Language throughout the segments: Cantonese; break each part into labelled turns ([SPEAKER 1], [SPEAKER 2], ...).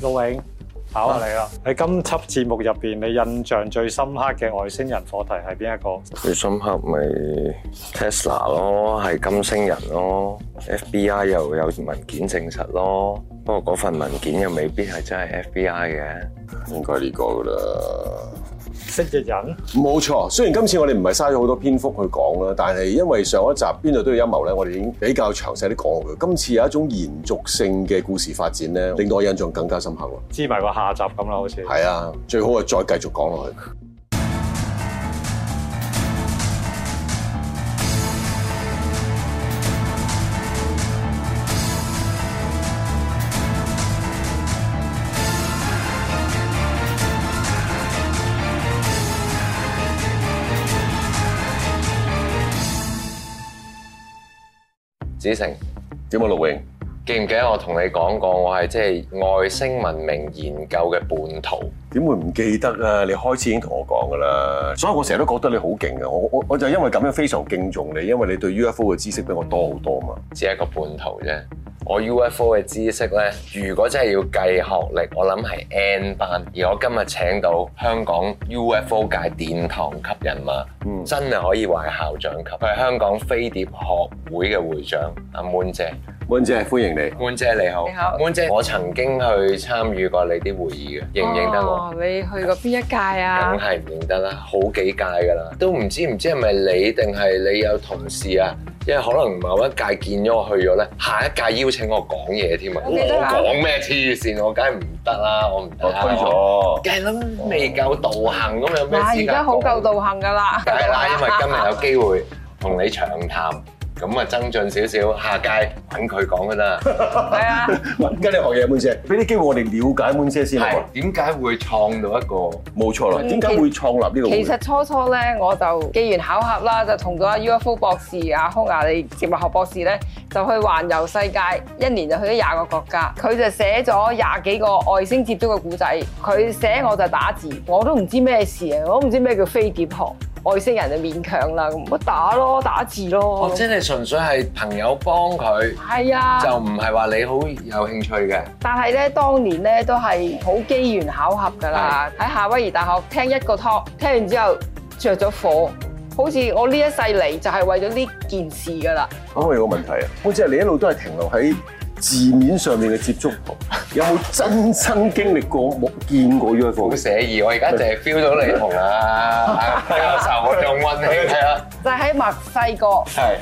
[SPEAKER 1] 陸永考下你啦！啊喺今輯節目入邊，你印象最深刻嘅外星人課題係邊一個？
[SPEAKER 2] 最深刻咪 Tesla 咯，係金星人咯，FBI 又有文件證實咯。不過嗰份文件又未必係真係 FBI 嘅。
[SPEAKER 3] 應該呢個噶啦。
[SPEAKER 1] 蜥蜴人？
[SPEAKER 3] 冇錯，雖然今次我哋唔係嘥咗好多篇幅去講啦，但係因為上一集邊度都有陰謀咧，我哋已經比較詳細啲講過嘅。今次有一種延續性嘅故事發展咧，令到我印象更加深刻喎。
[SPEAKER 1] 知埋個下集咁啦，好似。
[SPEAKER 3] 係啊，最好係再繼續講落去。
[SPEAKER 2] 子成，
[SPEAKER 3] 點啊，陸永？
[SPEAKER 2] 記唔記得我同你講過，我係即係外星文明研究嘅叛徒？
[SPEAKER 3] 點會唔記得啊？你開始已經同我講噶啦，所以我成日都覺得你好勁啊！我我我就因為咁樣非常敬重你，因為你對 UFO 嘅知識比我多好多嘛。
[SPEAKER 2] 只係一個叛徒啫。我 UFO 嘅知識呢，如果真係要計學歷，我諗係 N 班。而我今日請到香港 UFO 界殿堂級人物，
[SPEAKER 3] 嗯
[SPEAKER 2] 真係可以話係校長級。佢係香港飛碟學會嘅會長阿 Moon 姐。
[SPEAKER 3] 温姐，歡迎你。
[SPEAKER 2] Moon 姐你好，
[SPEAKER 4] 你好
[SPEAKER 2] Moon 姐，我曾經去參與過你啲會議嘅，認唔認得我？
[SPEAKER 4] 哦，你去過邊一屆啊
[SPEAKER 2] 梗？係唔認得啦，好幾屆㗎啦，都唔知唔知係咪你定係你有同事啊？因為可能某一屆見咗我去咗咧，下一屆邀請我講嘢添啊！
[SPEAKER 4] 我
[SPEAKER 2] 我
[SPEAKER 4] 記得啊
[SPEAKER 2] 講咩黐線，我梗係唔得啦，我唔得
[SPEAKER 3] 我
[SPEAKER 2] 啦
[SPEAKER 3] 哦推 咗。
[SPEAKER 2] 梗係啦，未夠道行咁有咩
[SPEAKER 4] 嗱，
[SPEAKER 2] 資
[SPEAKER 4] 而
[SPEAKER 2] 格
[SPEAKER 4] 家好
[SPEAKER 2] 講
[SPEAKER 4] 夠道行噶啦，
[SPEAKER 2] 梗係啦，因為今日有機會同你長談，咁啊增進少少，下屆揾佢講㗎啦。
[SPEAKER 4] 係啊，
[SPEAKER 3] 喂，跟你學嘢，温姐，俾啲機會我哋了解温姐先好
[SPEAKER 2] 係
[SPEAKER 3] 嘛？
[SPEAKER 2] 點解會創到一個？
[SPEAKER 3] 冇錯啦。
[SPEAKER 4] 嗯
[SPEAKER 3] 點解會創立呢個會
[SPEAKER 4] 其？實初初咧，我就機緣巧合啦，就同咗阿 UFO 博士啊、匈牙利植物學博士咧，就去環遊世界，一年就去咗廿個國家。佢就寫咗廿幾個外星接觸嘅古仔，佢寫我就打字，我都唔知咩事啊，我都唔知咩叫飛碟學。外星人就勉強啦，咁我打咯，打字咯
[SPEAKER 2] 我，哦即係純粹係朋友幫佢。
[SPEAKER 4] 係啊，
[SPEAKER 2] 就唔係話你好有興趣嘅，
[SPEAKER 4] 但係咧，當年咧都係好機緣巧合㗎啦。喺夏威夷大學聽一個 talk，聽完之後着咗火，好似我呢一世嚟就係為咗呢件事㗎啦。
[SPEAKER 3] 我有個問題啊，好似係你一路都係停留喺字面上面嘅接觸，有冇真身經歷過冇見過 UFO？
[SPEAKER 2] 好寫意。我而家淨 係 feel 到你同啊教授用運 氣係啊，
[SPEAKER 4] 就喺墨西
[SPEAKER 2] 係
[SPEAKER 4] 哥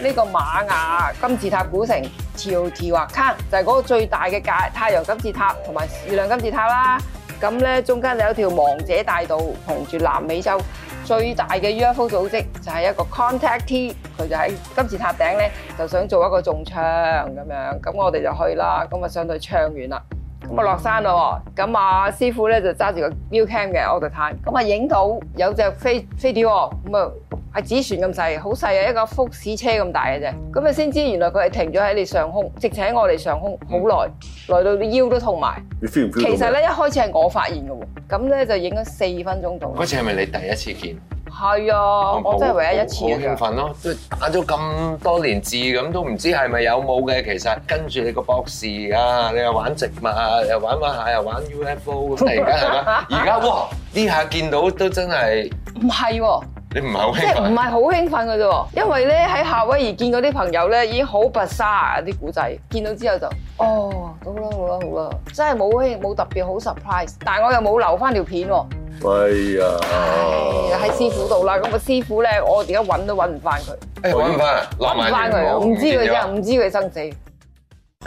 [SPEAKER 4] 呢個瑪雅金字塔古城 Teotihuacan 就係嗰個最大嘅太太陽金字塔同埋月亮金字塔啦。咁咧中間就有條王者大道同住南美洲最大嘅 UFO 組織，就係、一個 contactee，佢就喺金字塔頂咧就想做一個重唱咁樣，咁我哋就去啦，咁啊上到去唱完啦。咁啊我落山咯喎，咁啊師傅咧就揸住個 view cam 嘅 all the time，咁啊影到有隻飛飛碟喎，咁啊係紙船咁細，好細啊，一個福士車咁大嘅啫，咁啊先知原來佢係停咗喺你上空，直情喺我哋上空好耐，來到你腰都嗯痛埋。
[SPEAKER 3] 你 feel 唔 feel 到㗎？
[SPEAKER 4] 其實咧一開始係我發現嘅喎，咁咧就影咗四分鐘到。
[SPEAKER 2] 嗰次係咪你第一次見？
[SPEAKER 4] 係啊，我真係唯一一次
[SPEAKER 2] 好
[SPEAKER 4] 嘅
[SPEAKER 2] 興
[SPEAKER 4] 咋。
[SPEAKER 2] 奮咯！即係打咗咁多年字咁，都唔知係咪有冇嘅。其實跟住你個博士啊，你又玩植物啊，又玩玩下，又玩 UFO，突然間係 咪？而家哇，呢下見到都真係
[SPEAKER 4] 唔係喎。
[SPEAKER 2] 你唔係好
[SPEAKER 4] 即
[SPEAKER 2] 興
[SPEAKER 4] 係
[SPEAKER 2] 奮，
[SPEAKER 4] 唔係好興奮嘅啫喎，因為咧喺夏威夷見嗰啲朋友咧已經好拔沙啊啲古仔，見到之後就哦好啦好啦好啦，真係冇興冇特別好 surprise，但係我又冇留翻條片喎，
[SPEAKER 3] 哎
[SPEAKER 4] 唉
[SPEAKER 3] 呀，
[SPEAKER 4] 喺師傅度啦，咁個啊師傅咧我而家揾都揾唔翻佢，
[SPEAKER 2] 誒揾唔翻啊，浪
[SPEAKER 4] 揾
[SPEAKER 2] 漫
[SPEAKER 4] 唔翻
[SPEAKER 2] 完
[SPEAKER 4] 佢，
[SPEAKER 2] 舞
[SPEAKER 4] 唔知佢
[SPEAKER 2] 見咗
[SPEAKER 4] 真係唔知佢生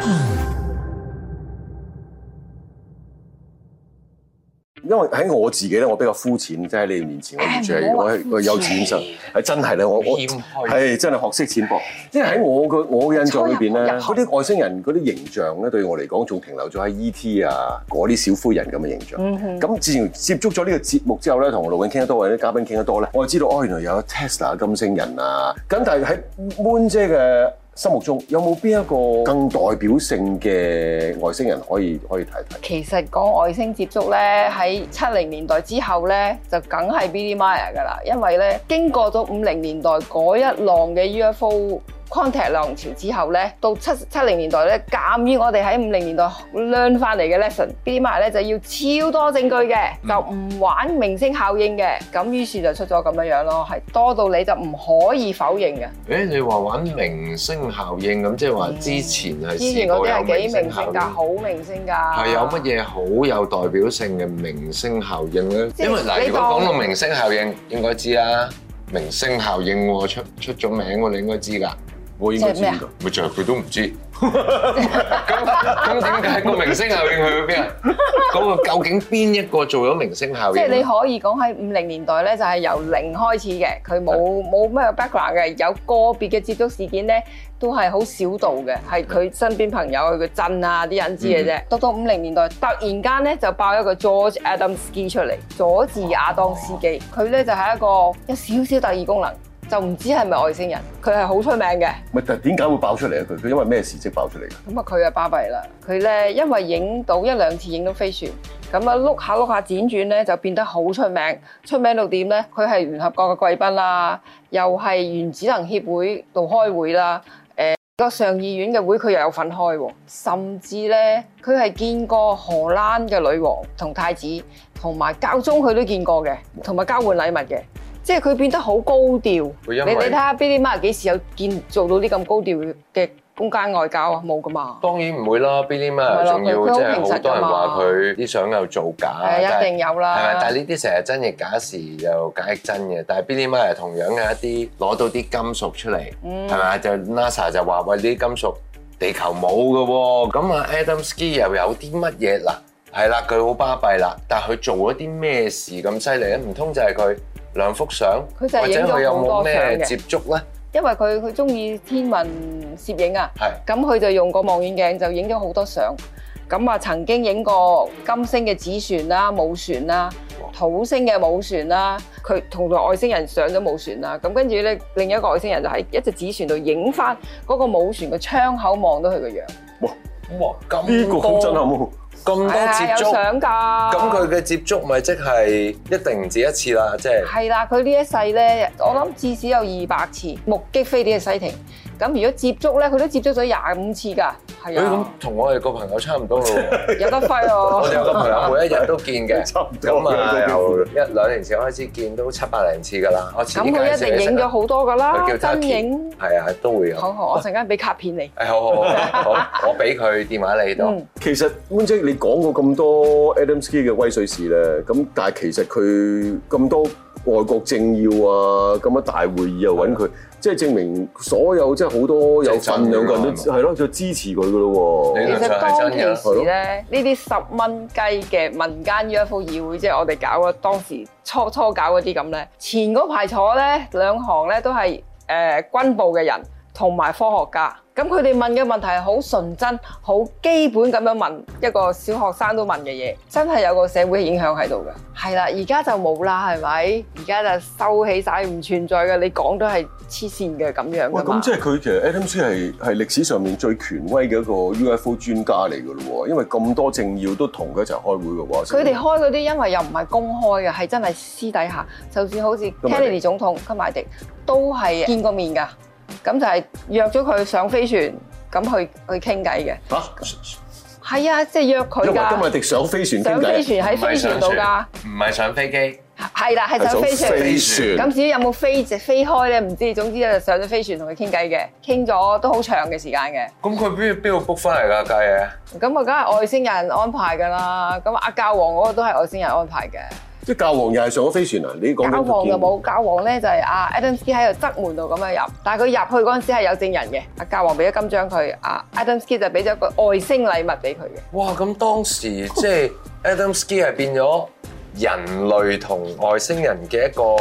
[SPEAKER 4] 死。
[SPEAKER 3] 因為喺我自己咧，我比較膚淺，即係喺你面前，我完全係
[SPEAKER 4] 唔好
[SPEAKER 3] 我
[SPEAKER 4] 話
[SPEAKER 3] 係我幼稚園生，係真係咧，我我
[SPEAKER 2] 謙虛
[SPEAKER 3] 係真係學識淺薄。因為喺我個我嘅印象裏邊咧，
[SPEAKER 4] 初
[SPEAKER 3] 嗰
[SPEAKER 4] 入學
[SPEAKER 3] 啲外星人嗰啲形象咧，對我嚟講仲停留咗喺 E.T. 啊嗰啲小灰人咁嘅形象。咁自從接觸咗呢個節目之後咧，同陸永傾得多，或者嘉賓傾得多咧，我就知道哦，原來有 Tesla 金星人啊。咁但係喺 Moon 姐嘅心目中，有冇邊一個更代表性嘅外星人可以可以睇睇？
[SPEAKER 4] 其實講外星接觸咧，喺七零年代之後咧，就梗係 Billy Meyer 噶啦，因為咧經過咗五零年代嗰一浪嘅 UFO contact 浪潮之後咧，到七七零年代咧，鑑於我哋喺五零年代 learn 翻嚟嘅 lesson，Billy m a 咧就要超多證據嘅，
[SPEAKER 2] 嗯
[SPEAKER 4] 就唔玩明星效應嘅，咁於是就出咗咁樣樣咯，係多到你就唔可以否認嘅。
[SPEAKER 2] 誒，你話玩明星效應咁，即係話之前係
[SPEAKER 4] 之前
[SPEAKER 2] 試
[SPEAKER 4] 嗰
[SPEAKER 2] 過
[SPEAKER 4] 啲
[SPEAKER 2] 有
[SPEAKER 4] 係
[SPEAKER 2] 明
[SPEAKER 4] 幾明
[SPEAKER 2] 星
[SPEAKER 4] 星
[SPEAKER 2] 效
[SPEAKER 4] 㗎，
[SPEAKER 2] 應。
[SPEAKER 4] 好明星㗎。
[SPEAKER 2] 係有乜？嘢好有代表性嘅明星效應咧？
[SPEAKER 4] 即係
[SPEAKER 2] 因為嗱，
[SPEAKER 4] 你
[SPEAKER 2] 如果
[SPEAKER 4] 當
[SPEAKER 2] 講到明星效應，應該知啦。明星效應喎，出出咗名喎，你應該知㗎。
[SPEAKER 3] 我應該知
[SPEAKER 4] 即係咩啊
[SPEAKER 3] 邊個？
[SPEAKER 2] 咪就係佢都唔知。咁咁點解個明星效應去咗邊啊？嗰個究竟邊一個做咗明星效
[SPEAKER 4] 即係
[SPEAKER 2] 應
[SPEAKER 4] 你
[SPEAKER 2] 呢？
[SPEAKER 4] 可以講喺五零年代咧，就係由零開始嘅，佢冇冇咩 background 嘅，有個別嘅接觸事件咧，都係好少度嘅，係佢身邊朋友佢嘅震啊啲人知嘅啫。到到五零年代，突然間咧就爆一個 George Adamski 出嚟，佐治亞當斯基，佢咧就係一個有少少特異功能，就唔知係咪外星人，佢係好出名嘅。
[SPEAKER 3] 唔係，但係點解會爆出嚟啊？佢佢因為咩事蹟爆出嚟㗎？
[SPEAKER 4] 咁啊，佢啊巴閉啦！佢咧因為影到一兩次影到飛船，咁啊碌下碌下輾轉咧就變得好出名，出名到點咧？佢係聯合國嘅貴賓啦，又係原子能協會度開會啦，誒、個上議院嘅會佢又有份開喎，甚至咧佢係見過荷蘭嘅女王同太子，同埋教宗佢都見過嘅，同埋交換禮物嘅。即係佢變得好高調，
[SPEAKER 2] 佢
[SPEAKER 4] 你
[SPEAKER 2] 因
[SPEAKER 4] 你
[SPEAKER 2] 為
[SPEAKER 4] 睇下 Billy Mark 幾時有見做到啲咁高調嘅公關外交啊？冇噶嘛。
[SPEAKER 2] 當然唔會啦，Billy Ma
[SPEAKER 4] 係咯
[SPEAKER 2] 仲要
[SPEAKER 4] 佢佢好
[SPEAKER 2] 即係好
[SPEAKER 4] 平實㗎
[SPEAKER 2] 多人話
[SPEAKER 4] 嘛
[SPEAKER 2] 佢啲相又造假，
[SPEAKER 4] 係
[SPEAKER 2] 但
[SPEAKER 4] 一定有啦。
[SPEAKER 2] 係咪？但係呢啲成日真亦假時又假亦真嘅。但係 Billy Ma 係同樣嘅一啲攞到啲金屬出嚟，
[SPEAKER 4] 嗯
[SPEAKER 2] 係咪啊？就 NASA 就話喂呢啲金屬地球冇嘅喎。咁啊 Adam Ski 又有啲乜嘢嗱？係啦，佢好巴閉啦，但係佢做咗啲咩事咁犀利咧？唔通就係佢兩幅相，
[SPEAKER 4] 佢就係
[SPEAKER 2] 或者
[SPEAKER 4] 影咗
[SPEAKER 2] 佢有冇
[SPEAKER 4] 好
[SPEAKER 2] 咩
[SPEAKER 4] 多
[SPEAKER 2] 接
[SPEAKER 4] 相
[SPEAKER 2] 觸咧？
[SPEAKER 4] 因為佢佢中意天文攝影啊，
[SPEAKER 2] 係。
[SPEAKER 4] 咁佢就用個望遠鏡就影咗好多相。咁啊，曾經影過金星嘅子船啦、母船啦、土星嘅母船啦，佢同外星人上咗母船啦。咁跟住咧，另一個外星人就喺一隻子船度影翻嗰個母船嘅窗口望到佢個樣。
[SPEAKER 2] 哇！咁
[SPEAKER 3] 呢個好真
[SPEAKER 2] 多
[SPEAKER 3] 係冇。
[SPEAKER 2] 咁多
[SPEAKER 4] 係啊，有
[SPEAKER 2] 接觸，
[SPEAKER 4] 相㗎。
[SPEAKER 2] 咁佢嘅接觸咪即係一定唔止一次啦，即係。
[SPEAKER 4] 係啦，佢呢一世咧，我諗至少有二百次目擊飛碟嘅西停。咁如果接觸咧，佢都接觸咗廿五次㗎，係
[SPEAKER 2] 誒
[SPEAKER 4] 啊
[SPEAKER 2] 咁，同我哋個朋友差唔多咯喎，
[SPEAKER 4] 有得 揮
[SPEAKER 2] 我哋有個
[SPEAKER 4] 喎。
[SPEAKER 2] 朋友 每一日都見嘅，
[SPEAKER 3] 差唔多
[SPEAKER 2] 咁啊
[SPEAKER 3] 嘅
[SPEAKER 2] 由一兩年前開始見都七百零次㗎啦，我前
[SPEAKER 4] 咁佢一定影咗好多㗎啦
[SPEAKER 2] 佢，叫 Taki
[SPEAKER 4] 真影。
[SPEAKER 2] 係啊都會有，
[SPEAKER 4] 好
[SPEAKER 2] 誒
[SPEAKER 4] 好，我陣間俾卡片你。
[SPEAKER 2] 好好好好，我俾佢電話你度
[SPEAKER 4] 嗯，
[SPEAKER 3] 其實官姐，你講過咁多 Adamski 嘅威水史咧，咁但係其實佢咁多外國政要啊，咁樣大會議又揾佢，即係證明所有即係好多有份量嘅人都
[SPEAKER 2] 即係真㗎
[SPEAKER 3] 係咯，就支持佢嘅咯
[SPEAKER 4] 其
[SPEAKER 2] 你
[SPEAKER 3] 喎。
[SPEAKER 2] 呢個
[SPEAKER 4] 實
[SPEAKER 2] 就係
[SPEAKER 4] 當
[SPEAKER 2] 真嘅啦
[SPEAKER 4] 其時咧，呢啲十蚊雞嘅民間 UFO 議會，即係我哋搞嘅當時初初搞嗰啲咁咧，前嗰排坐咧兩行咧都係誒、呃、軍部嘅人同埋科學家，咁佢哋問嘅問題係好純真、好基本咁樣問一個小學生都問嘅嘢，真係有個社會影響喺度㗎。係啦，而家就冇啦，係咪？而家就收起晒，唔存在嘅，你講都係黐線嘅咁啊樣
[SPEAKER 3] 喂，
[SPEAKER 4] 㗎
[SPEAKER 3] 咁
[SPEAKER 4] 嘛
[SPEAKER 3] 即係佢其實 Adamski 係係歷史上面最權威嘅一個 UFO 專家嚟嘅咯喎，因為咁多政要都同佢一齊開會嘅話，
[SPEAKER 4] 佢哋開嗰啲，因為又唔係公開嘅，係真係私底下。就算好似
[SPEAKER 3] 埋迪
[SPEAKER 4] Kennedy 總統金埋迪都係見過面㗎，咁就係約咗佢上飛船，咁去去傾偈嘅。
[SPEAKER 3] 嚇，
[SPEAKER 4] 係啊，即係約佢
[SPEAKER 3] 因為今日
[SPEAKER 4] 㗎。
[SPEAKER 3] 迪上飛船傾
[SPEAKER 4] 上飛
[SPEAKER 3] 偈，
[SPEAKER 4] 船喺飛船度
[SPEAKER 2] 唔係
[SPEAKER 4] 㗎
[SPEAKER 2] 上，唔係上飛機，
[SPEAKER 4] 係啦，係上飛船。
[SPEAKER 3] 飛船
[SPEAKER 4] 咁。至於有冇飛直飛開咧，唔知。總之就上咗飛船同佢傾偈嘅，傾咗都好長嘅時間嘅。
[SPEAKER 2] 咁佢邊邊度 book 翻嚟㗎計嘢？
[SPEAKER 4] 咁啊，梗係外星人安排㗎啦。咁啊阿教皇嗰個都係外星人安排嘅。
[SPEAKER 3] 即係教皇又係上咗飛船啊！你講緊
[SPEAKER 4] 交
[SPEAKER 3] 佢
[SPEAKER 4] 往就
[SPEAKER 3] 見
[SPEAKER 4] 冇，交往咧就係阿 Adamski 喺度側門度咁樣入，但係佢入去嗰陣時係有證人嘅，阿教皇俾咗金章佢，阿 Adamski 就俾咗個外星禮物俾佢嘅。
[SPEAKER 2] 哇！咁當 時即係 Adamski 係變咗人類同外星人嘅一個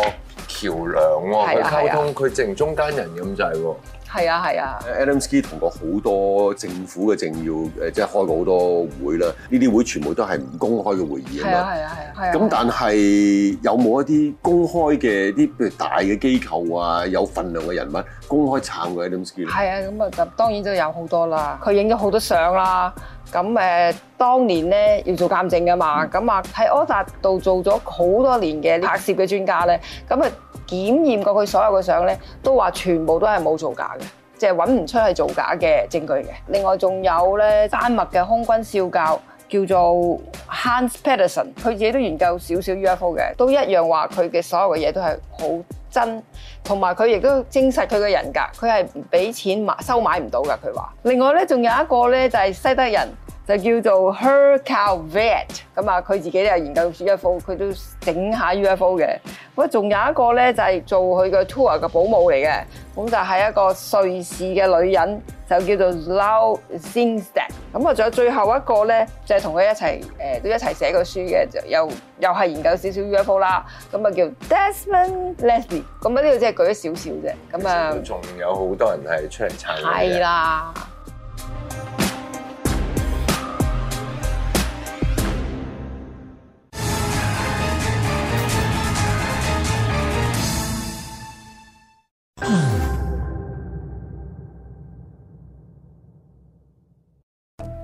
[SPEAKER 2] 橋梁喎，佢
[SPEAKER 4] 係啊
[SPEAKER 2] 溝
[SPEAKER 4] 係啊
[SPEAKER 2] 通佢淨中間人咁滯喎。
[SPEAKER 4] 係啊係啊，
[SPEAKER 3] Adamski 同過好多政府嘅政要誒，即係開過好多會啦。呢啲會全部都係唔公開嘅會議
[SPEAKER 4] 係
[SPEAKER 3] 啊
[SPEAKER 4] 啊
[SPEAKER 3] 嘛。
[SPEAKER 4] 係啊係啊係啊。
[SPEAKER 3] 咁但係有冇一啲公開嘅啲譬如大嘅機構啊，有份量嘅人物公開撐過 Adamski 咧？
[SPEAKER 4] 係啊，咁啊就當然都有好多啦，佢影咗好多相啦。咁誒、呃，當年咧要做鑑證噶
[SPEAKER 3] 嗯
[SPEAKER 4] 嘛，咁啊喺柯達度做咗好多年嘅拍攝嘅專家咧，咁啊檢驗過佢所有嘅相咧，都話全部都係冇造假嘅。即係揾唔出係造假嘅證據嘅。另外仲有咧丹麥嘅空軍少校。叫做 Hans Pedersen，佢自己都研究少少 UFO 嘅，都一樣話佢嘅所有嘅嘢都係好真，同埋佢亦都證實佢嘅人格，佢係唔俾錢買收買唔到㗎。佢話。另外咧，仲有一個咧就係、西德人。就叫做 Her Cow Vet，咁啊佢自己都係研究 UFO，佢都整下 UFO 嘅。咁啊仲有一個咧就係、做佢嘅 tour 嘅保姆嚟嘅，咁就係一個瑞士嘅女人，就叫做 Lau Zinstad。咁啊仲有最後一個咧，就係同佢一齊誒、呃都一齊寫過書嘅，就又又係研究少少 UFO 啦。咁啊叫 Desmond Leslie，咁啊呢度只係舉咗少少啫。咁啊
[SPEAKER 2] 仲有好多人係出嚟撐你嘅
[SPEAKER 4] 係。啦。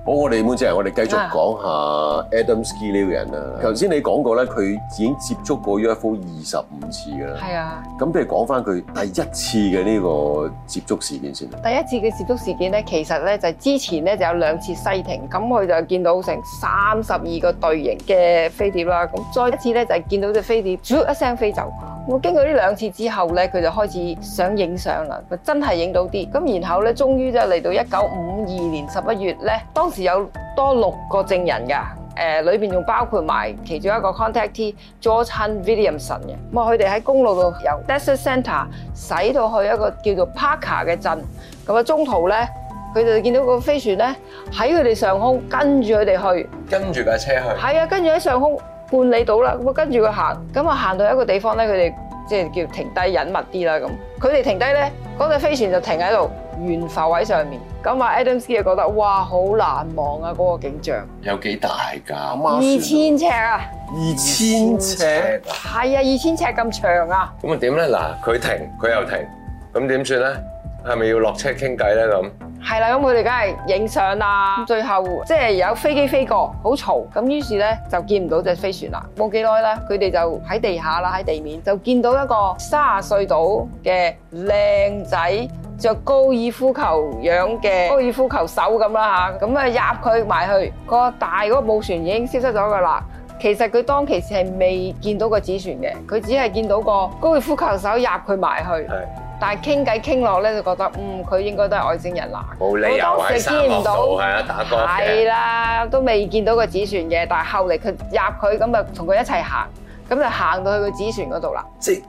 [SPEAKER 3] 好，我哋每隻人，我哋繼續
[SPEAKER 4] 啊
[SPEAKER 3] 講下 Adam Ski 呢個人啦。頭先你講過咧，佢已經接觸過 UFO 二十五次㗎啦。
[SPEAKER 4] 係啊。
[SPEAKER 3] 咁不如講翻佢第一次嘅呢個接觸事件先啦。
[SPEAKER 4] 第一次嘅涉足事件咧，其實咧就係之前咧就有兩次西停，咁佢就見到成三十二個隊形嘅飛碟啦，咁再一次咧就係見到只飛碟啾一聲飛走。咁經過呢兩次之後咧，佢就開始想影相啦，佢真係影到啲。咁然後咧，終於就嚟到一九五二年十一月咧，當時有多六個證人㗎。誒裏邊仲包括埋其中一個 contactee George Hunt Williamson 嘅，咁啊佢哋喺公路度由 Desert Centre 駛到去一個叫做 Parker 嘅鎮，咁啊中途咧佢哋就見到個飛船咧喺佢哋上空跟住佢哋去。
[SPEAKER 2] 跟住架車去，
[SPEAKER 4] 係啊，跟住喺上空半里到啦，咁啊跟住佢行，咁啊行到一個地方咧，佢哋即係叫停低隱密啲啦咁。佢哋停低咧，嗰隻飛船就停喺度，懸浮喺上面。咁啊，Adam Ski 就覺得哇，好難忘啊嗰、個景象，
[SPEAKER 2] 有幾大
[SPEAKER 3] 阿
[SPEAKER 2] 㗎？
[SPEAKER 3] 媽
[SPEAKER 4] 二千尺啊，
[SPEAKER 3] 二千尺，
[SPEAKER 4] 係啊，二千尺咁長啊，
[SPEAKER 2] 咁啊點咧？嗱，佢停，佢又停，咁點算咧？係咪要落車傾偈咧？咁
[SPEAKER 4] 係啦，咁佢哋梗係影相啦。咁最後即係有飛機飛過，好嘈，咁於是咧就見唔到隻飛船啦。冇幾耐啦，佢哋就喺地下啦，喺地面就見到一個三十歲到嘅靚仔。着高爾夫球樣嘅高爾夫球手咁啦吓，咁啊入佢埋去，個大嗰個母船已經消失咗㗎啦。其實佢當其時係未見到個子船嘅，佢只係見到個高爾夫球手入佢埋去。
[SPEAKER 2] 係
[SPEAKER 4] 但係傾偈傾落咧，就覺得嗯佢應該都係外星人啦。
[SPEAKER 2] 冇理由
[SPEAKER 4] 我當
[SPEAKER 2] 喺
[SPEAKER 4] 時
[SPEAKER 2] 沙
[SPEAKER 4] 見
[SPEAKER 2] 漠
[SPEAKER 4] 唔到
[SPEAKER 2] 度係啊打歌
[SPEAKER 4] 係
[SPEAKER 2] 嘅，
[SPEAKER 4] 啦，都未見到個子船嘅，但係後嚟佢入佢咁啊，同佢一齊行，咁就行到去個子船嗰度啦。
[SPEAKER 2] 即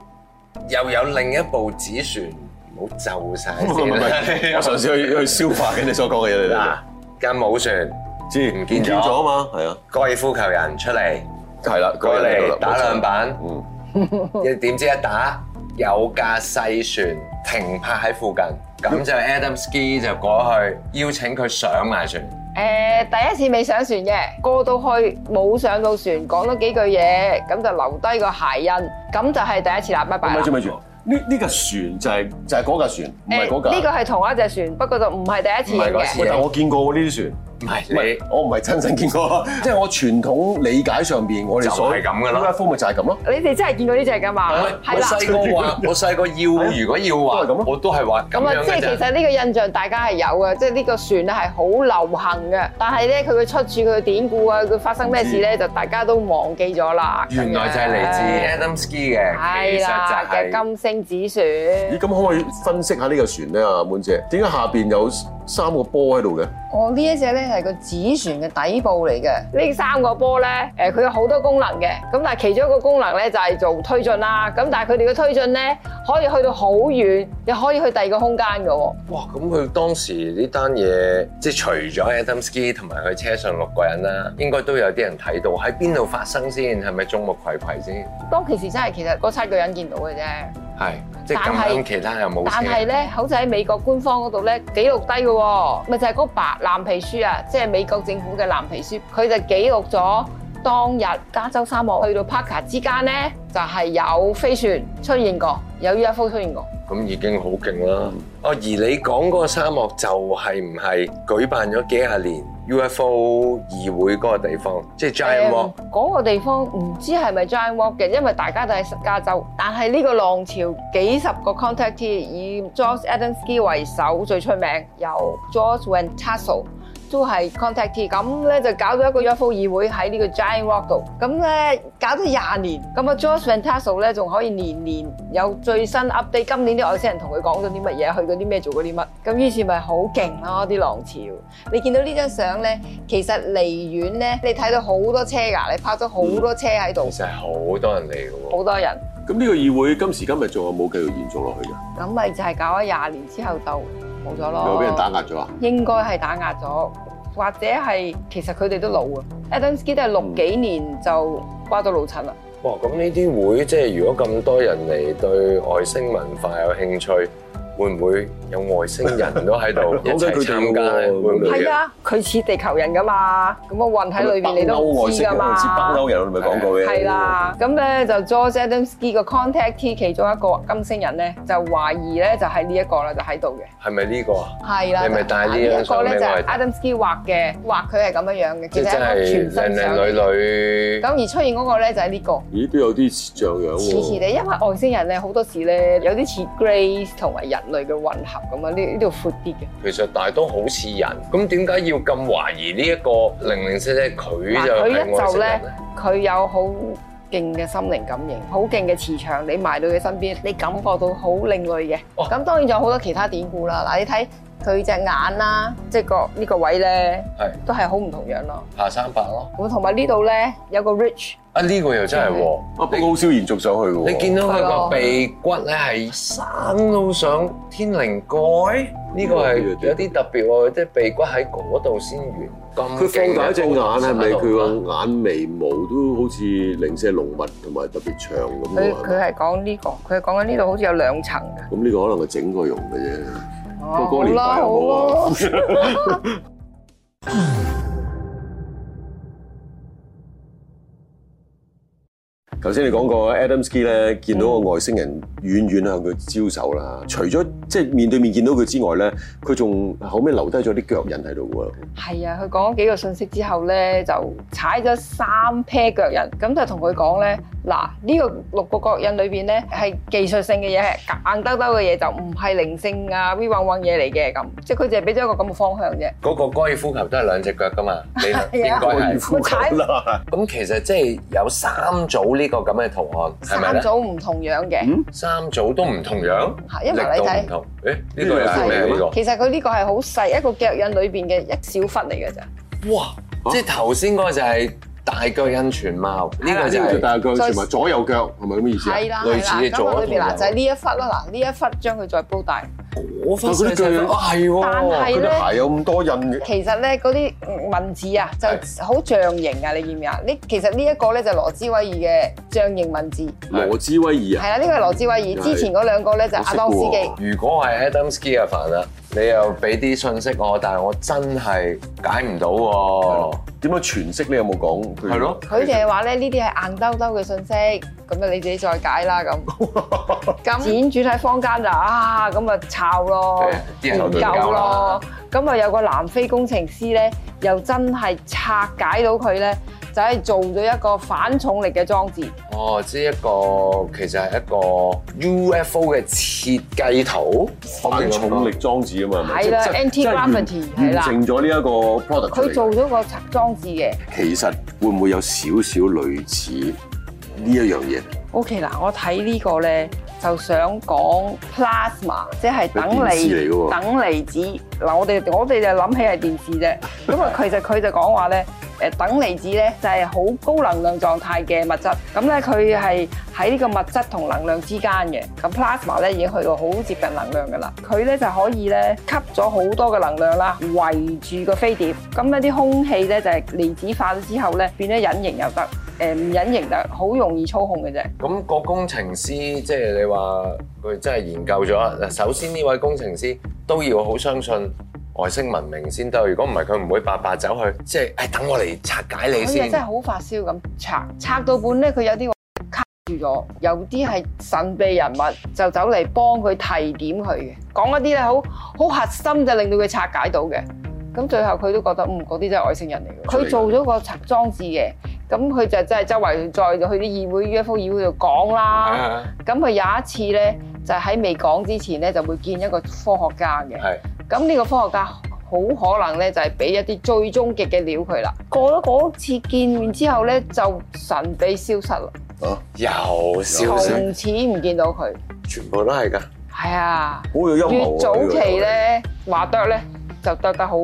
[SPEAKER 2] 又有另一部紙船，唔好就晒
[SPEAKER 3] 唔係唔
[SPEAKER 2] 先
[SPEAKER 3] 係， 我
[SPEAKER 2] 啦。
[SPEAKER 3] 嘗 試去去消化緊你所講嘅嘢
[SPEAKER 2] 嗱
[SPEAKER 3] 嚟。，
[SPEAKER 2] 間母船
[SPEAKER 3] 知
[SPEAKER 2] 唔見咗
[SPEAKER 3] 咗啊嘛，係啊，
[SPEAKER 2] 高爾夫球人出嚟
[SPEAKER 3] 係啦，
[SPEAKER 2] 過
[SPEAKER 3] 嗰個人嚟到啦
[SPEAKER 2] 嚟打兩，板，
[SPEAKER 3] 冇錯 嗯，
[SPEAKER 2] 一點知一打有架細船停泊喺附近，咁就 Adam Ski 就過去邀請佢上埋船。
[SPEAKER 4] 誒、第一次未上船嘅，過到去冇上到船，講咗幾句嘢，咁就留低個鞋印，咁就係第一次啦，拜拜
[SPEAKER 3] 咪
[SPEAKER 4] 啦
[SPEAKER 3] 住。咪住，呢呢架船就係就係嗰架船，唔係
[SPEAKER 4] 誒
[SPEAKER 3] 嗰架。
[SPEAKER 4] 呢個係同一隻船，不過就唔係第一
[SPEAKER 2] 唔
[SPEAKER 4] 次
[SPEAKER 2] 係嗰
[SPEAKER 4] 嘅
[SPEAKER 2] 次。
[SPEAKER 3] 喂，但我見過喎呢啲船。
[SPEAKER 2] 唔
[SPEAKER 3] 唔
[SPEAKER 2] 係
[SPEAKER 3] 係
[SPEAKER 2] 你。，
[SPEAKER 3] 我唔係親身見過，即係我傳統理解上邊，我哋所
[SPEAKER 2] 就係咁㗎啦
[SPEAKER 3] UFO 咪就係咁咯。
[SPEAKER 4] 你哋真係見過呢只㗎嘛？
[SPEAKER 2] 我細個 話，我細個要，如果要
[SPEAKER 3] 啊都係咁咯
[SPEAKER 2] 話，我都係話咁
[SPEAKER 4] 咁啊，
[SPEAKER 2] 樣
[SPEAKER 4] 即係
[SPEAKER 2] 嘅
[SPEAKER 4] 其
[SPEAKER 2] 啫。
[SPEAKER 4] 實呢個印象大家係有嘅，即係呢個船咧係好流行嘅，但係咧佢嘅出處、佢嘅典故啊、佢發生咩事咧，就大家都忘記咗啦。
[SPEAKER 2] 嗯原來就係嚟自 Adam
[SPEAKER 4] 咁
[SPEAKER 2] Ski 嘅，
[SPEAKER 4] 樣
[SPEAKER 2] 其
[SPEAKER 4] 啊係
[SPEAKER 2] 實
[SPEAKER 4] 啦
[SPEAKER 2] 就
[SPEAKER 4] 嘅
[SPEAKER 2] 係
[SPEAKER 4] 金星子
[SPEAKER 3] 咦，
[SPEAKER 4] 船。
[SPEAKER 3] 咁可唔可以分析下呢個船咧，阿滿姐？點解下邊有三個波喺度嘅？
[SPEAKER 4] 我呢一隻咧係個子船嘅底部嚟嘅。呢三個波咧，誒佢有好多功能嘅，咁但係其中一個功能咧就係做推進啦。咁但係佢哋嘅推進咧可以去到好遠，又可以去第二個空間嘅喎。
[SPEAKER 2] 哇！咁佢當時呢單嘢，即係除咗 Adam Ski 同埋佢車上六個人啦，應該都有啲人睇到喺邊度發生先，係咪眾目睽睽先？
[SPEAKER 4] 當其時真係其實嗰七個人見到嘅啫。
[SPEAKER 2] 係，即係
[SPEAKER 4] 但
[SPEAKER 2] 咁
[SPEAKER 4] 係
[SPEAKER 2] 啱，其他人冇
[SPEAKER 4] 但係
[SPEAKER 2] 車。
[SPEAKER 4] 咧，好似喺美國官方嗰度咧記錄低嘅喎，咪就係嗰白藍皮書啊，即係美國政府嘅藍皮書，佢就記錄咗當日加州沙漠去到 Parker 之間呢，就係、有飛船出現過，有 UFO 出現過。
[SPEAKER 2] 咁已經好勁啦。哦，而你講嗰個沙漠就係唔係舉辦咗幾廿年 UFO 議會嗰個地方，即係 Giant
[SPEAKER 4] 誒
[SPEAKER 2] Walk。
[SPEAKER 4] 嗰個地方唔知係咪 Giant Walk 嘅，因為大家都喺加州。但係呢個浪潮幾十個 contactee 以 George Adamski 為首最出名，由 George Van Tassel。都係 contactee，咁咧就搞咗一個 UFO 議會喺呢個 Giant Walk 度，咁咧搞咗廿年，咁啊 George Van Tassel 咧仲可以年年有最新 update，今年啲外星人同佢講咗啲乜嘢，去過啲咩，做過啲乜，咁於是咪好勁咯啲浪潮。你見到呢張相咧，其實離遠咧，你睇到好多車㗎，你泊咗好多車喺度
[SPEAKER 3] 嗯
[SPEAKER 2] 其，實係好多人嚟嘅
[SPEAKER 3] 哦
[SPEAKER 2] 喎。
[SPEAKER 4] 好多人，
[SPEAKER 3] 咁呢個議會今時今日仲有冇繼續延續落去嘅？
[SPEAKER 4] 咁咪就係搞咗廿年之後就冇咗咯。
[SPEAKER 3] 有冇俾人打壓咗啊？
[SPEAKER 4] 應該係打壓咗，或者係其實佢哋都老啊。Adamski 都係
[SPEAKER 3] 嗯
[SPEAKER 4] 六幾年就瓜咗老襯啦。
[SPEAKER 2] 哇！哦咁呢啲會即係如果咁多人嚟對外星文化有興趣，會唔會有外星人都喺 度一
[SPEAKER 3] 講緊
[SPEAKER 2] 齊
[SPEAKER 3] 佢哋
[SPEAKER 2] 參加咧？
[SPEAKER 3] 喎
[SPEAKER 2] 會唔會
[SPEAKER 3] 係
[SPEAKER 4] 係啊，佢似地球人噶嘛，咁個運喺裏邊你都唔知噶
[SPEAKER 3] 好似北
[SPEAKER 4] 嘛。
[SPEAKER 3] 歐人我哋咪講過嘅。
[SPEAKER 4] 係。啦，咁咧就 George Adamski 個 contactee 其中一個金星人咧，就懷疑咧就係呢一個啦，就喺度嘅。
[SPEAKER 2] 係咪呢個啊？
[SPEAKER 4] 係啦，
[SPEAKER 2] 你咪帶呢張相
[SPEAKER 4] 個咧
[SPEAKER 2] 俾
[SPEAKER 4] 就
[SPEAKER 2] 我嚟
[SPEAKER 4] 係
[SPEAKER 2] 睇
[SPEAKER 4] Adamski 畫嘅，畫佢係咁樣樣嘅，
[SPEAKER 2] 即
[SPEAKER 4] 其
[SPEAKER 2] 係真
[SPEAKER 4] 實係一
[SPEAKER 2] 係
[SPEAKER 4] 個全
[SPEAKER 2] 靚
[SPEAKER 4] 身
[SPEAKER 2] 靚
[SPEAKER 4] 相。
[SPEAKER 2] 女女
[SPEAKER 4] 咁。而出現嗰個咧就係呢個。
[SPEAKER 3] 咦，都有啲似像樣
[SPEAKER 4] 似似
[SPEAKER 3] 喎。
[SPEAKER 4] 地，因為外星人咧好多時咧有啲似 Grace 同埋人類嘅混合咁啊，呢呢度闊啲嘅。
[SPEAKER 2] 其實但係都好似人，咁點解要咁懷疑呢一個零零舍舍佢
[SPEAKER 4] 嗱
[SPEAKER 2] 就
[SPEAKER 4] 佢
[SPEAKER 2] 係
[SPEAKER 4] 一
[SPEAKER 2] 外
[SPEAKER 4] 就
[SPEAKER 2] 星人
[SPEAKER 4] 咧
[SPEAKER 2] 咧？，
[SPEAKER 4] 佢有好勁嘅心靈感應，好勁嘅磁場，你埋到佢身邊，你感覺到好另類嘅。
[SPEAKER 2] 哦
[SPEAKER 4] 咁、當然仲有好多其他典故啦。嗱，你睇佢隻眼啦，即係個呢個位咧，
[SPEAKER 2] 係
[SPEAKER 4] 都係好唔同樣咯。
[SPEAKER 2] 下三百咯。
[SPEAKER 4] 咁同埋呢度咧有個 Rich，
[SPEAKER 2] 啊呢個又真係喎，
[SPEAKER 3] 啊，不過好少延續上去嘅喎。
[SPEAKER 2] 你見到佢
[SPEAKER 4] 係啊
[SPEAKER 2] 個鼻骨咧係生到上天靈蓋，呢個係有啲特別喎，即係鼻骨喺嗰度先完。咁
[SPEAKER 3] 佢放大一隻眼，係咪佢
[SPEAKER 2] 個？
[SPEAKER 3] 個眼眉毛都好似零舍濃密同埋特別長咁
[SPEAKER 4] 佢
[SPEAKER 3] 喎？係
[SPEAKER 4] 佢
[SPEAKER 3] 咪
[SPEAKER 4] 係講呢、個，佢係講緊呢度好似有兩層嘅。
[SPEAKER 3] 咁呢個可能係整過用嘅啫。
[SPEAKER 4] 哦
[SPEAKER 3] 個年代
[SPEAKER 4] 好啦
[SPEAKER 3] 有冇啊
[SPEAKER 4] 好啦
[SPEAKER 3] 頭先你講過 Adamski 咧，見到個外星人遠遠向佢招手啦。除咗即係面對面見到佢之外咧，佢仲後尾留低咗啲腳印喺度喎。
[SPEAKER 4] 係啊，佢講咗幾個信息之後咧，就踩咗三 pair 腳印，咁就同佢講咧，嗱呢、個六個腳印裏邊咧係技術性嘅嘢，係硬兜兜嘅嘢，就唔係靈性啊 V 揾揾嘢嚟嘅咁，即係佢就係俾咗一個咁嘅方向啫。
[SPEAKER 2] 嗰個高爾夫球都係兩隻腳噶嘛， 你
[SPEAKER 4] Dạ.
[SPEAKER 2] 應該
[SPEAKER 4] 高
[SPEAKER 2] 係。
[SPEAKER 4] 夫球
[SPEAKER 3] 啦，
[SPEAKER 2] 咁其實即係有三組呢個咁嘅圖案，係咪
[SPEAKER 4] 三
[SPEAKER 2] 咧？
[SPEAKER 4] 組唔同樣嘅，
[SPEAKER 3] 嗯
[SPEAKER 2] 三組都唔同樣，
[SPEAKER 4] 係因為
[SPEAKER 2] 力
[SPEAKER 4] 你
[SPEAKER 2] 度唔
[SPEAKER 4] 睇。
[SPEAKER 2] 同。誒呢個又係咩？呢個
[SPEAKER 4] 其實佢呢個係好細一個腳印裏邊嘅一小忽嚟嘅咋，
[SPEAKER 2] 哇！即係頭先嗰個就係大腳印全貌，呢個
[SPEAKER 3] 呢
[SPEAKER 2] 就
[SPEAKER 3] 個就
[SPEAKER 2] 係
[SPEAKER 3] 大腳全埋左右腳，係咪咁嘅意思啊？
[SPEAKER 4] 係啦
[SPEAKER 2] 類似
[SPEAKER 4] 係
[SPEAKER 2] 嘅
[SPEAKER 4] 啦，
[SPEAKER 2] 左
[SPEAKER 4] 咁啊裏邊
[SPEAKER 2] 同
[SPEAKER 4] 嗱
[SPEAKER 2] 右
[SPEAKER 4] 就係呢一忽啦，嗱呢一忽將佢再煲大，
[SPEAKER 2] 嗰忽
[SPEAKER 3] 但係佢啲
[SPEAKER 2] 細
[SPEAKER 3] 腳印
[SPEAKER 2] 細忽啊係
[SPEAKER 4] 但
[SPEAKER 2] 喎。
[SPEAKER 4] 係
[SPEAKER 3] 佢
[SPEAKER 4] 咧。
[SPEAKER 3] 對鞋有咁多印嘅，
[SPEAKER 4] 其實咧嗰啲文字啊，就
[SPEAKER 2] 係
[SPEAKER 4] 好象形啊！你見唔見啊？呢其實呢一個咧就羅茲威爾嘅象形文字，
[SPEAKER 3] 羅茲威爾啊，
[SPEAKER 4] 係啦，呢個係羅茲威爾。
[SPEAKER 3] 係
[SPEAKER 4] 之前嗰兩個咧就
[SPEAKER 3] 我識
[SPEAKER 4] 阿當斯
[SPEAKER 3] 喎
[SPEAKER 4] 基。
[SPEAKER 2] 如果係 Adam Ski 嘅煩啦，你又俾啲信息我，但係我真係解唔到喎。
[SPEAKER 3] 哦點樣詮釋你有冇講？佢
[SPEAKER 2] 係咯
[SPEAKER 4] 佢就係話咧，呢啲係硬兜兜嘅信息，咁啊你自己再解啦咁。咁輾轉喺坊間就啊，咁啊抄咯
[SPEAKER 2] 係，啲人
[SPEAKER 4] 研
[SPEAKER 2] 就
[SPEAKER 4] 究
[SPEAKER 2] 研究啦
[SPEAKER 4] 咯。咁啊有個南非工程師咧，又真係拆解到佢咧，就係做咗一個反重力嘅裝置。
[SPEAKER 2] 哦，即係一個其實係一個 UFO 嘅設計圖，
[SPEAKER 3] 反重力裝置啊嘛，係咪
[SPEAKER 4] 係啦
[SPEAKER 3] 即係即係完
[SPEAKER 4] anti-gravity，係
[SPEAKER 3] 完
[SPEAKER 4] 啦
[SPEAKER 3] 成咗呢一個 product 出嚟
[SPEAKER 4] 佢
[SPEAKER 3] 嘅
[SPEAKER 4] 做咗個裝置嘅。
[SPEAKER 3] 其實會唔會有少少類似呢一樣嘢？
[SPEAKER 4] OK 嗱，我睇呢個咧就想講 plasma，即係等
[SPEAKER 3] 係電視
[SPEAKER 4] 離
[SPEAKER 3] 嚟嘅喎
[SPEAKER 4] 等離子。嗱，我哋我哋就諗起係電視啫。咁啊，其實佢就講話咧，誒等離子咧就係好高能量狀態嘅物質。咁咧佢係喺呢個物質同能量之間嘅。咁 plasma 咧已經去到好接近能量㗎啦。佢咧就可以咧吸咗好多嘅能量啦，圍住個飛碟。咁一啲空氣咧就係離子化咗之後咧變咗隱形又得。誒唔隱形就好容易操控嘅啫。
[SPEAKER 2] 咁個工程師即係你話佢真係研究咗啦。嗱，首先呢位工程師都要好相信外星文明先得。如果唔係，佢唔會白白走去，即係誒哎等我嚟拆解你
[SPEAKER 4] 佢又
[SPEAKER 2] 先。
[SPEAKER 4] 哎真係好發燒咁拆，拆到本咧，佢有啲位卡住咗，有啲係神秘人物就走嚟幫佢提點佢嘅，講一啲咧好好核心就令到佢拆解到嘅。咁最後佢都覺得嗯嗰啲真係外星人嚟嘅，佢做咗個拆裝置嘅，咁佢就真係周圍再去啲議會 UFO 議會度講啦。
[SPEAKER 2] 啊
[SPEAKER 4] 咁佢有一次咧就喺未講之前咧就會見一個科學家嘅。
[SPEAKER 2] 係
[SPEAKER 4] 咁呢個科學家好可能咧，就係俾一啲最終極嘅料佢啦。過咗嗰次見面之後咧，就神秘消失啦，
[SPEAKER 2] 又消失，
[SPEAKER 4] 從此唔見到佢。
[SPEAKER 2] 全部都係㗎。
[SPEAKER 4] 係啊，
[SPEAKER 3] 好有陰
[SPEAKER 4] 越
[SPEAKER 3] 謀
[SPEAKER 4] 早
[SPEAKER 3] 喎呢個
[SPEAKER 4] 期咧話啄咧就啄得好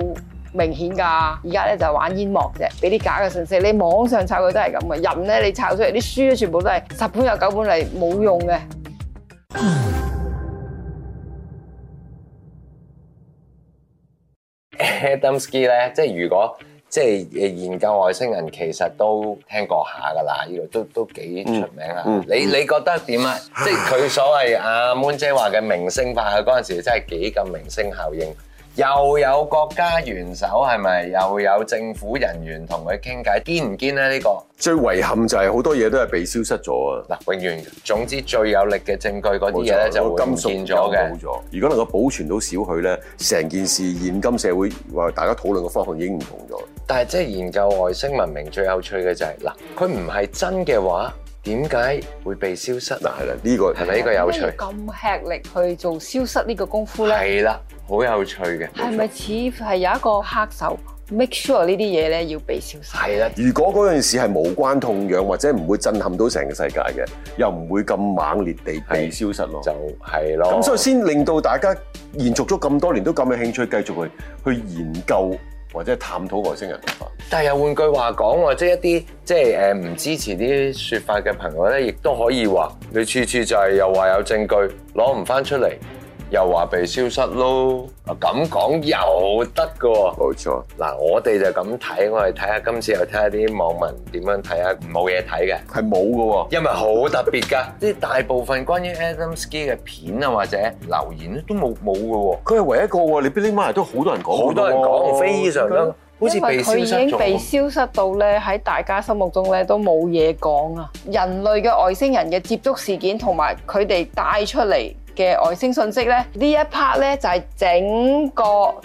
[SPEAKER 4] 明顯㗎，而家咧就玩煙幕啫，俾啲假嘅信息。你網上炒佢都係咁嘅，人咧你炒出嚟啲書咧全部都係十本有九本係冇用嘅。
[SPEAKER 2] Adamski 咧，即係如果即係誒研究外星人，其實都聽過下㗎啦，呢個都都幾出名啦。
[SPEAKER 3] 嗯嗯
[SPEAKER 2] 你你覺得點 啊？即係佢所謂阿 Moon 姐話嘅明星化，佢嗰陣時真係幾咁明星效應，又有國家元首係咪？又有政府人員同佢傾偈，堅唔堅咧？呢、個
[SPEAKER 3] 最遺憾就係好多嘢都係被消失咗啊！
[SPEAKER 2] 嗱，永遠總之最有力嘅證據嗰啲嘢咧就會唔
[SPEAKER 3] 金屬
[SPEAKER 2] 見咗嘅
[SPEAKER 3] 冇。咗。如果能夠保存到少許咧，成件事現今社會話大家討論嘅方向已經唔同咗。
[SPEAKER 2] 但係即係研究外星文明最有趣嘅就係、嗱，佢唔係真嘅話，點解會被消失
[SPEAKER 3] 嗱
[SPEAKER 2] 啊？
[SPEAKER 3] 係啦，呢個
[SPEAKER 2] 係咪呢個有趣
[SPEAKER 4] 點解要咁吃力去做消失呢個功夫咧？
[SPEAKER 2] 係啦，好有趣嘅，
[SPEAKER 4] 係咪似係有一個黑手 make sure 呢啲嘢咧要被消失？
[SPEAKER 2] 係啦，
[SPEAKER 3] 如果嗰件事係無關痛癢，或者唔會震撼到成個世界嘅，又唔會咁猛烈地被消失咯。
[SPEAKER 2] 就係咯。
[SPEAKER 3] 咁所以先令到大家延續咗咁多年都咁有興趣，繼續去去研究或者探討外星人文化。
[SPEAKER 2] 但係又換句話講喎，即係一啲即係誒唔支持啲説法嘅朋友咧，亦都可以話你次次就係又話有證據攞唔翻出嚟，又話被消失咯。啊咁講又得嘅喎。
[SPEAKER 3] 冇錯，
[SPEAKER 2] 嗱，我哋就咁睇，我哋睇下今次又睇下啲網民點樣睇啊，冇嘢睇嘅。
[SPEAKER 3] 係冇嘅喎。
[SPEAKER 2] 因為好特別㗎，即係大部分關於 Adamski 嘅片啊或者留言咧都冇冇嘅喎，
[SPEAKER 3] 佢係唯一一個喎，你 b i l 係都好多人講，
[SPEAKER 2] 好多人講非常啦，好似
[SPEAKER 4] 因為
[SPEAKER 2] 被消
[SPEAKER 4] 佢已
[SPEAKER 2] 失
[SPEAKER 4] 經被
[SPEAKER 2] 咗。
[SPEAKER 4] 消失到咧，喺大家心目中咧都冇嘢講啦。人類嘅外星人嘅接觸事件同埋佢哋帶出嚟嘅外星信息咧，呢一 part 咧就係整個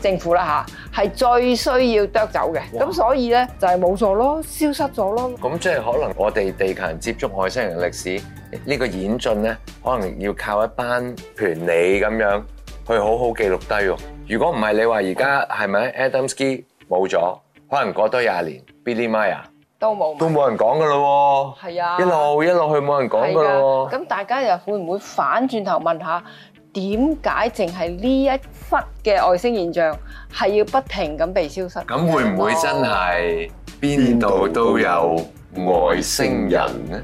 [SPEAKER 4] 政府啦吓，係最需要啄走嘅。
[SPEAKER 2] 哇
[SPEAKER 4] 咁所以咧就係冇咗咯，消失咗咯。
[SPEAKER 2] 咁即係可能我哋地球人接觸外星人嘅歷史呢個演進咧，可能要靠一班權利咁樣去好好記錄低喎。如果唔係你話而家係咪 Adamski 冇咗，可能過多廿年 Billy Meier
[SPEAKER 4] 都冇
[SPEAKER 2] 都冇人講㗎咯
[SPEAKER 4] 係啊
[SPEAKER 2] 喎，一路一路去冇人講㗎
[SPEAKER 4] 係
[SPEAKER 2] 咯喎。
[SPEAKER 4] 㗎，咁大家又會唔會反轉頭問下，點解淨係呢一忽嘅外星現象係要不停咁被消失？
[SPEAKER 2] 咁會唔會真係邊度都有外星人呢？